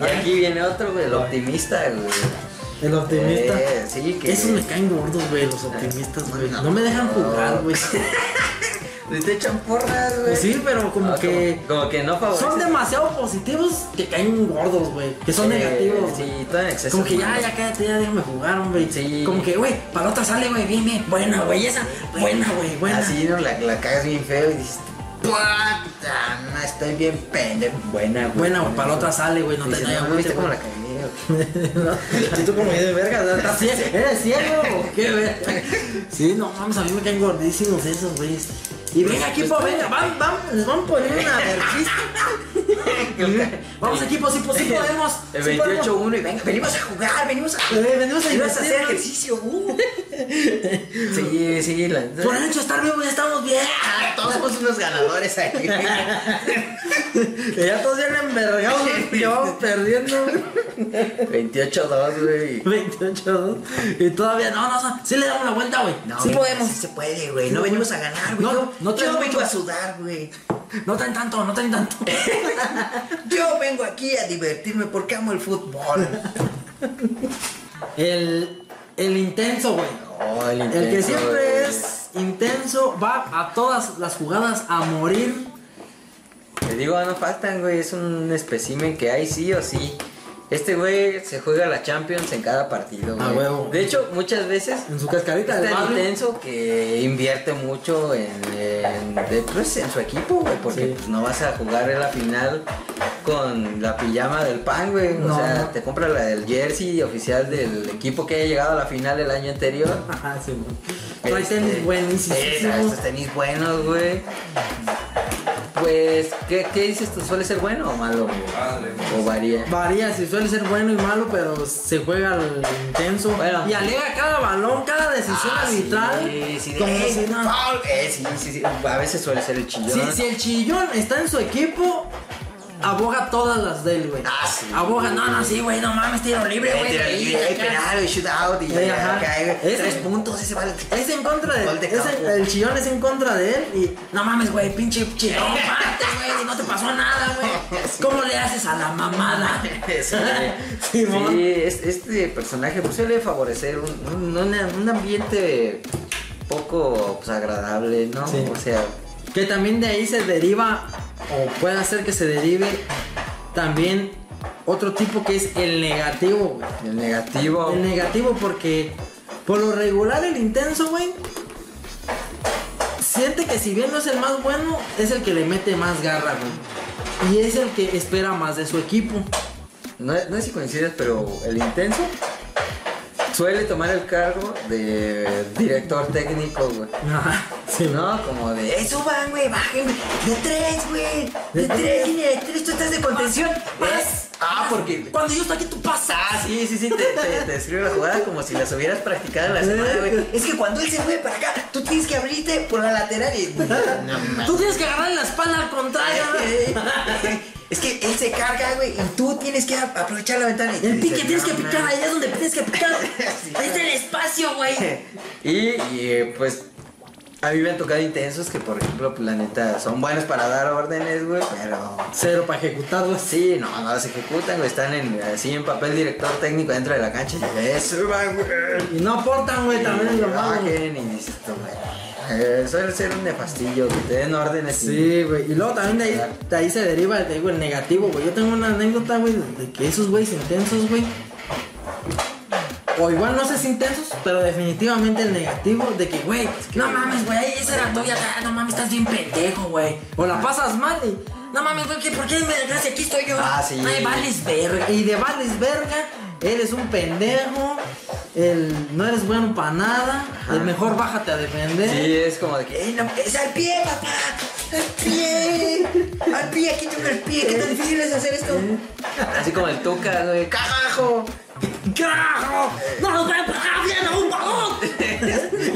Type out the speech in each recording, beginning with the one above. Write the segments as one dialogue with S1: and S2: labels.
S1: Y aquí viene otro, güey, el optimista, güey.
S2: El optimista.
S1: Eh, sí, que.
S2: Esos me caen gordos, güey, los optimistas, güey. No me dejan jugar, güey. Pues
S1: Les te echan porras, güey.
S2: Sí, pero como
S1: Ah,
S2: que
S1: Como, como que no favorecen.
S2: son demasiado positivos que caen gordos, güey. Que son
S1: Eh,
S2: negativos. güey.
S1: Sí, todo en exceso.
S2: Como que ya,
S1: güey.
S2: ya cállate, ya déjame jugar, hombre.
S1: Sí.
S2: Como que, güey, palota sale, güey, bien, bien. Buena, güey, esa. Buena, güey, buena.
S1: Así, ¿no? La, la cagas bien feo y dices, ¡Puta! no, Estoy bien pendejo. Buena, güey.
S2: Buena, güey, palota sale, güey. No te
S1: Dices,
S2: da
S1: no, no viste cómo la cagué, güey.
S2: ¿Y tú como de verga? ¿no? ¿Estás ciego? ¿Eres ciego? o ¿Qué verga? Sí, no mames, a mí me caen gordísimos esos, güeyes. Y venga, equipo, venga, van, van, les van a poner una vergüenza. Vamos, equipo, sí, pues, sí podemos.
S1: El
S2: sí podemos.
S1: 28-1 y venga, venimos a jugar, venimos a
S2: Eh, venimos a
S1: venimos a hacer
S2: divertirnos.
S1: ejercicio. uh. sí, sí, la,
S2: Por el hecho de estar vivos ya estamos bien.
S1: Ah, todos somos unos ganadores aquí.
S2: Que ya todos vienen envergados, güey, que vamos perdiendo. güey.
S1: 28-2, güey.
S2: 28 2. Y todavía, no, no, no, sí le damos la vuelta, güey.
S1: No,
S2: sí
S1: güey,
S2: podemos.
S1: sí se puede, güey. No venimos a ganar, güey.
S2: No,
S1: Yo-
S2: no te-
S1: Yo vengo a sudar, güey.
S2: No traen tanto, no traen tanto.
S1: Yo vengo aquí a divertirme porque amo el fútbol.
S2: El, el intenso, güey.
S1: Oh, el,
S2: El que
S1: intenso, güey.
S2: siempre es intenso va a todas las jugadas a morir.
S1: Te digo, "Ah, no faltan, güey. Es un espécimen que hay sí o sí. Este güey se juega la Champions en cada partido, güey.
S2: A Ah, huevo.
S1: De hecho, muchas veces
S2: En su cascarita
S1: es
S2: del
S1: tan
S2: barrio.
S1: intenso que invierte mucho en, en- de- pues, en su equipo, güey. Porque
S2: Sí.
S1: pues, no vas a jugar en la final con la pijama del pan, güey. O
S2: No,
S1: sea,
S2: no.
S1: te compra la del jersey oficial del equipo que haya llegado a la final el año anterior.
S2: Ajá, Ah, sí, güey. Trae
S1: Este,
S2: tenis buenísimos.
S1: sí, trae estos tenis buenos, güey. Pues, ¿qué, qué dices tú? ¿Suele ser bueno o malo? güey?
S3: Madre.
S1: ¿O varía?
S2: Varía, si suele ser bueno y malo, pero se juega al intenso.
S1: Bueno. Ah,
S2: Y alega cada balón, cada decisión arbitral.
S1: Sí, sí, de-
S2: como
S1: ¡Eh,
S2: si no-
S1: foul! Eh, sí, sí, sí. A veces suele ser el chillón.
S2: Si, si el chillón está en su equipo, aboga todas las de él, güey.
S1: Ah, sí.
S2: Aboga, no, no, sí, güey, no mames, tiro libre,
S1: Eh,
S2: güey.
S1: tiro
S2: ahí,
S1: libre, eh,
S2: acá.
S1: penal, shoot out. Y
S2: Eh,
S1: ya,
S2: ajá.
S1: acá, eh,
S2: Ese-
S1: tres puntos, ese vale.
S2: Es en contra de,
S1: Gol de
S2: es en-
S1: campo.
S2: el chillón es en contra de él y no mames, güey, pinche chillón, mate, güey, no te pasó nada, güey. ¿Cómo le haces a la mamada?
S1: Sí,
S2: Simón.
S1: Sí, es- este personaje pues, suele favorecer un, un- una- un ambiente poco pues, agradable, ¿no?
S2: Sí.
S1: O sea,
S2: Que también de ahí se deriva o puede hacer que se derive también otro tipo que es el negativo, güey.
S1: el negativo.
S2: El negativo porque por lo regular el intenso, güey, siente que si bien no es el más bueno, es el que le mete más garra, güey. Y es el que espera más de su equipo.
S1: No, no sé si coincides, pero el intenso suele tomar el cargo de director técnico, güey.
S2: Ajá, sí,
S1: No, como de, ¡eh, suban, güey! ¡Bajen, güey! ¡De tres, güey! ¡De tres, línea de tres! ¡Tú estás de contención! ¿Ves? Ah, porque...
S2: Cuando yo estoy aquí, tú
S1: Ah,
S2: pasas.
S1: sí, sí, sí, te, te, te describe la jugada como si las hubieras practicado en la semana, güey. Es que cuando él se mueve para acá, tú tienes que abrirte por la lateral y... No, mames.
S2: Tú tienes que agarrar la espalda al contrario.
S1: Es que él se carga, güey, y tú tienes que a- aprovechar la ventana. y te
S2: El pique
S1: dice,
S2: tienes
S1: "No
S2: que picar,
S1: mames".
S2: ahí es donde tienes que picar. Ahí está el espacio, güey.
S1: Y, y, eh, pues a mí me han tocado intensos que, por ejemplo, pues, la neta, son buenos para dar órdenes, güey, pero...
S2: Cero para ejecutarlo.
S1: Sí, no, no las ejecutan, güey, están en, así en papel director técnico dentro de la cancha y eh, suban, güey.
S2: Y no aportan, güey, también es
S1: Y
S2: lo malo. güey.
S1: bajen y dices tú, güey. eh, suele ser un nefastillo, que te den órdenes. y-
S2: Sí, güey. Y luego también de ahí, de ahí se deriva, te digo, el negativo, güey. Yo tengo una anécdota, güey, de que esos güeyes intensos, güey. O igual no sé si intensos, pero definitivamente el negativo de que, güey, no mames, güey, ahí esa era tuya, ah, no mames, estás bien pendejo, güey. O la pasas mal y, no mames, güey, ¿qué- ¿por qué me dejaste aquí estoy yo?
S1: Ah, sí.
S2: Ay, vales verga. Y de vales verga, eres un pendejo, el, no eres bueno para nada, el mejor bájate a defender.
S1: Sí, es como de que, "Eh, no, es al pie, papá, al pie, al pie, aquí tengo el pie, qué tan difícil es hacer esto.
S2: Eh,
S1: Así como el toca, güey, cajajo.
S2: ¡Carajo! ¡No nos va a pagar bien a un balón!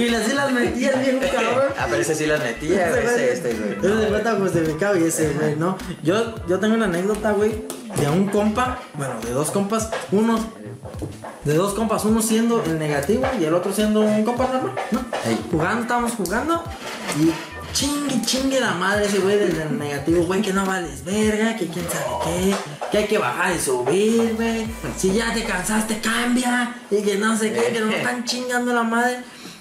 S2: y las sí las metías bien, cabrón.
S1: Ah, pero ese sí las metía, güey, este, este, güey.
S2: Yo pues, de cuenta justificado y ese, güey, ¿no? Yo, yo tengo una anécdota, güey, de un compa, bueno, de dos compas, uno, de dos compas, uno siendo el negativo y el otro siendo un compa normal, ¿no?
S1: Ey.
S2: Jugando, estábamos jugando y chingue, chingue la madre ese güey del, del negativo, güey, que no vales verga, que quién sabe qué, que hay que bajar y subir, güey. Si ya te cansaste, cambia. Y que no sé qué, que nos están chingando la madre.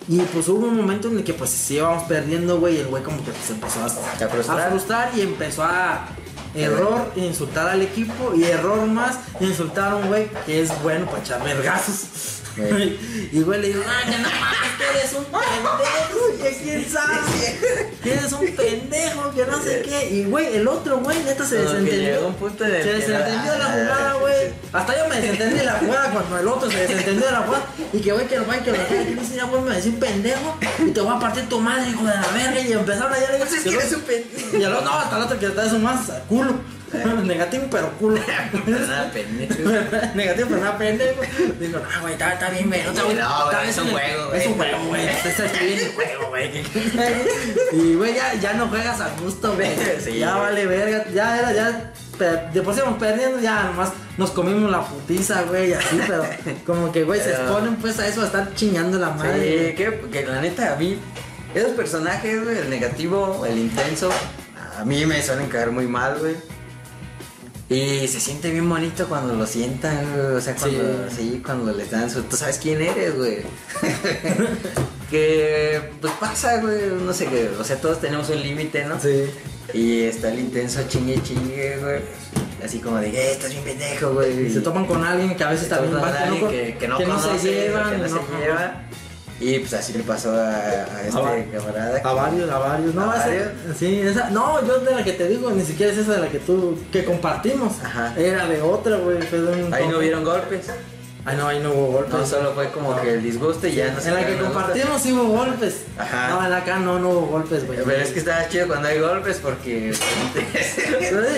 S2: Y pues hubo un momento en el que pues sí íbamos perdiendo, güey. Y el güey como que se empezó a,
S1: A frustrar.
S2: a frustrar y empezó a error, insultar al equipo. Y error más, insultar a un güey que es bueno para echar vergazos.
S1: Eh.
S2: Y güey le digo, ah, que no mames, que eres un pendejo, que quién sabe, que eres un pendejo, que no sé qué. Y güey, el otro güey, neta se
S1: Como que llegó
S2: desentendió.
S1: un punto en el
S2: Se
S1: que- Ah,
S2: desentendió la jugada, güey. Hasta yo me desentendí de la jugada cuando el otro se desentendió de la jugada. Y que güey, que lo va, que lo va, que dice, ya güey, me decís pendejo. Y te voy a partir tu madre, hijo de la verga. Y empezaron a ya le digo,
S1: Entonces, Pues
S2: que
S1: que
S2: no-
S1: eres un pendejo.
S2: Y el otro, no, hasta el otro que está es un más culo. Negativo, pero culo.
S1: Nada, pendejo.
S2: Negativo, pero nada pendejo. Digo, ah, güey, está, está bien, güey. No, te voy-
S1: No, güey,
S2: está-
S1: es un juego, güey.
S2: Es un juego, güey. Te está escribiendo el juego, güey. Y, güey, ya, ya no juegas a gusto, güey.
S1: Sí,
S2: ya
S1: güey.
S2: vale verga. Ya era, ya. pe- De por sí íbamos perdiendo, ya nomás nos comimos la putiza, güey, y así, pero como que, güey, se
S1: Pero-
S2: exponen pues a eso, a estar chingando la
S1: Sí,
S2: madre. güey.
S1: que, que la neta, a mí, esos personajes, güey, el negativo, el intenso, a mí me suelen caer muy mal, güey. Y se siente bien bonito cuando lo sientan, güey. O sea, cuando, sí.
S2: Sí.
S1: cuando les dan su. Tú sabes quién eres, güey. que, pues pasa, güey. No sé qué. O sea, todos tenemos un límite, ¿no?
S2: Sí.
S1: Y está el intenso chingue, chingue, güey. Así como de, eh, estás bien pendejo, güey.
S2: Y se topan con alguien que a veces también
S1: Entonces,
S2: va
S1: a alguien
S2: con-
S1: que, que no
S2: que
S1: conoce,
S2: se llevan,
S1: que no se
S2: no-
S1: lleva. Y pues así le pasó a, a este
S2: Ah, va-
S1: camarada.
S2: A varios, a varios. No,
S1: ¿A
S2: esa-
S1: varios?
S2: sí, esa- no, yo de la que te digo, ni siquiera es esa de la que tú, que compartimos.
S1: Ajá.
S2: Era de otra, güey. fue de un-
S1: Ahí no hubieron golpes.
S2: Ahí no, ahí no hubo golpes.
S1: No, solo fue como que el disgusto y ya no se
S2: Pues en la que
S1: quedaron los golpes.
S2: compartimos sí hubo golpes.
S1: Ajá.
S2: No, en la acá no, no hubo golpes, güey.
S1: Pero es que estaba chido cuando hay golpes porque.
S2: Estaba
S1: Entonces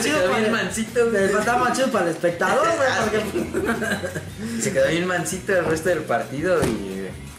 S1: se
S2: chido
S1: quedó
S2: para
S1: bien
S2: el-
S1: mansito, güey.
S2: Estaba más chido para el espectador,
S1: Ah,
S2: güey, porque
S1: Se quedó bien mansito el resto del partido y